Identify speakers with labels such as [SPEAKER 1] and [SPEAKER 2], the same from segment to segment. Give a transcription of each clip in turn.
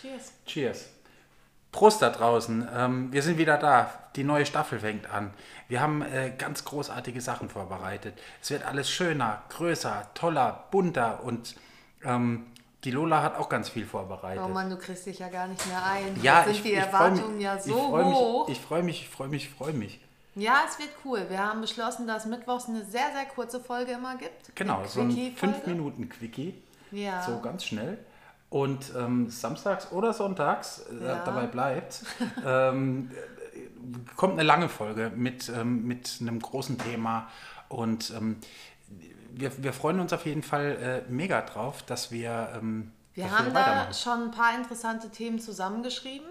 [SPEAKER 1] Cheers.
[SPEAKER 2] Cheers. Prost da draußen. Ähm, wir sind wieder da. Die neue Staffel fängt an. Wir haben äh, ganz großartige Sachen vorbereitet. Es wird alles schöner, größer, toller, bunter und ähm, die Lola hat auch ganz viel vorbereitet.
[SPEAKER 1] Oh Mann, du kriegst dich ja gar nicht mehr ein.
[SPEAKER 2] ja,
[SPEAKER 1] Jetzt sind
[SPEAKER 2] ich,
[SPEAKER 1] die
[SPEAKER 2] ich
[SPEAKER 1] Erwartungen
[SPEAKER 2] freu mich,
[SPEAKER 1] ja so
[SPEAKER 2] ich freu
[SPEAKER 1] hoch.
[SPEAKER 2] Mich, ich freue mich, ich freue mich, ich freue mich.
[SPEAKER 1] ja, es wird cool. Wir haben beschlossen, dass mittwochs eine sehr, sehr kurze Folge immer gibt.
[SPEAKER 2] Genau,
[SPEAKER 1] Eine
[SPEAKER 2] so ein
[SPEAKER 1] Quickie-Folge.
[SPEAKER 2] 5-Minuten-Quickie.
[SPEAKER 1] Ja.
[SPEAKER 2] So ganz schnell. Und ähm, samstags oder sonntags, äh,
[SPEAKER 1] Ja.
[SPEAKER 2] dabei bleibt, ähm, äh, kommt eine lange Folge mit, ähm, mit einem großen Thema. Und ähm, wir, wir freuen uns auf jeden Fall äh, mega drauf, dass wir, ähm,
[SPEAKER 1] Wir
[SPEAKER 2] dass
[SPEAKER 1] haben da
[SPEAKER 2] weitermachen. Mhm.
[SPEAKER 1] schon ein paar interessante Themen zusammengeschrieben.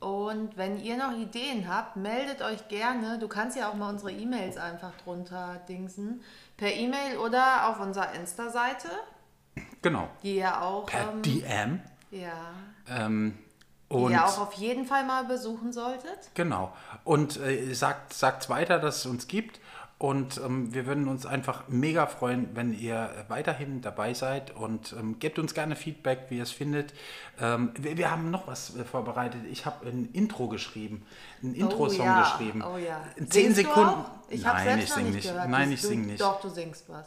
[SPEAKER 1] Und wenn ihr noch Ideen habt, meldet euch gerne. Du kannst ja auch mal unsere E-Mails einfach drunter dingsen. Per E-Mail oder auf unserer Insta-Seite,
[SPEAKER 2] Genau.
[SPEAKER 1] die ja auch,
[SPEAKER 2] Per
[SPEAKER 1] ähm,
[SPEAKER 2] DM.
[SPEAKER 1] ja,
[SPEAKER 2] Ähm,
[SPEAKER 1] die
[SPEAKER 2] und
[SPEAKER 1] ihr auch auf jeden Fall mal besuchen solltet.
[SPEAKER 2] Genau. Und äh, sagt sagt's weiter, dass es uns gibt. Und ähm, wir würden uns einfach mega freuen, wenn ihr weiterhin dabei seid und ähm, gebt uns gerne Feedback, wie ihr es findet. Ähm, wir, wir haben noch was äh, vorbereitet. Ich habe ein Intro geschrieben, ein Intro-Song
[SPEAKER 1] ja.
[SPEAKER 2] geschrieben.
[SPEAKER 1] Oh ja.
[SPEAKER 2] In Zehn
[SPEAKER 1] Singst du
[SPEAKER 2] Sekunden.
[SPEAKER 1] auch? Ich habe
[SPEAKER 2] Nein,
[SPEAKER 1] selbst
[SPEAKER 2] ich
[SPEAKER 1] noch
[SPEAKER 2] singe
[SPEAKER 1] nicht
[SPEAKER 2] nicht.
[SPEAKER 1] gehört.
[SPEAKER 2] Nein,
[SPEAKER 1] Du-
[SPEAKER 2] ich singe nicht.
[SPEAKER 1] Doch, du singst was.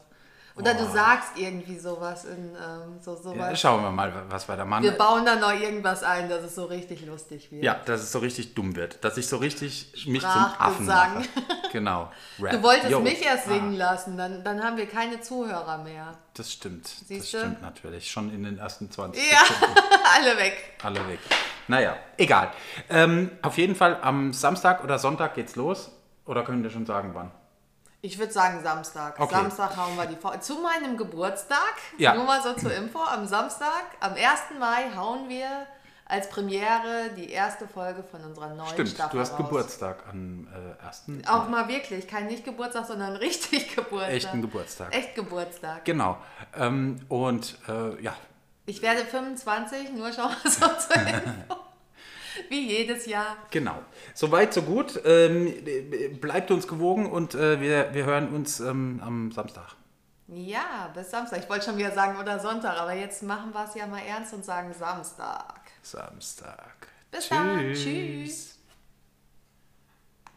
[SPEAKER 1] Oder du
[SPEAKER 2] Boah.
[SPEAKER 1] sagst irgendwie sowas in ähm, so sowas.
[SPEAKER 2] Ja, schauen wir mal, was wir da machen.
[SPEAKER 1] wir bauen da noch irgendwas ein, dass es so richtig lustig wird.
[SPEAKER 2] ja, dass es so richtig dumm wird. Dass ich so richtig mich zum Affen
[SPEAKER 1] Sprachgesang.
[SPEAKER 2] mache. Genau. Rap.
[SPEAKER 1] Du wolltest
[SPEAKER 2] Yo.
[SPEAKER 1] mich erst
[SPEAKER 2] Ah.
[SPEAKER 1] singen lassen, dann, dann haben wir keine Zuhörer mehr.
[SPEAKER 2] Das stimmt. das
[SPEAKER 1] Siehste?
[SPEAKER 2] stimmt natürlich. Schon in den ersten 20
[SPEAKER 1] Ja,
[SPEAKER 2] Sekunden.
[SPEAKER 1] alle weg.
[SPEAKER 2] Alle weg. Naja, egal. Ähm, auf jeden Fall am Samstag oder Sonntag geht's los. Oder können wir schon sagen, wann?
[SPEAKER 1] Ich würde sagen Samstag.
[SPEAKER 2] Okay.
[SPEAKER 1] Samstag hauen wir die vor. Zu meinem Geburtstag,
[SPEAKER 2] Ja.
[SPEAKER 1] nur mal so zur Info, am Samstag, am 1. Mai hauen wir als Premiere die erste Folge von unserer neuen
[SPEAKER 2] Stimmt,
[SPEAKER 1] Staffel
[SPEAKER 2] du hast
[SPEAKER 1] raus. Oh.
[SPEAKER 2] Geburtstag am äh, 1.
[SPEAKER 1] Auch mal wirklich, kein nicht Geburtstag, sondern richtig Geburtstag.
[SPEAKER 2] Echten Geburtstag.
[SPEAKER 1] Echt Geburtstag.
[SPEAKER 2] Genau. Ähm, und äh, ja,
[SPEAKER 1] Ich werde 25, nur schau mal so zur Info. Wie jedes Jahr.
[SPEAKER 2] genau. Soweit, so gut. Ähm, bleibt uns gewogen und äh, wir, wir hören uns ähm, am Samstag.
[SPEAKER 1] Ja, bis Samstag. Ich wollte schon wieder sagen oder Sonntag, aber jetzt machen wir es ja mal ernst und sagen Samstag.
[SPEAKER 2] Samstag.
[SPEAKER 1] Bis dann. Tschüss.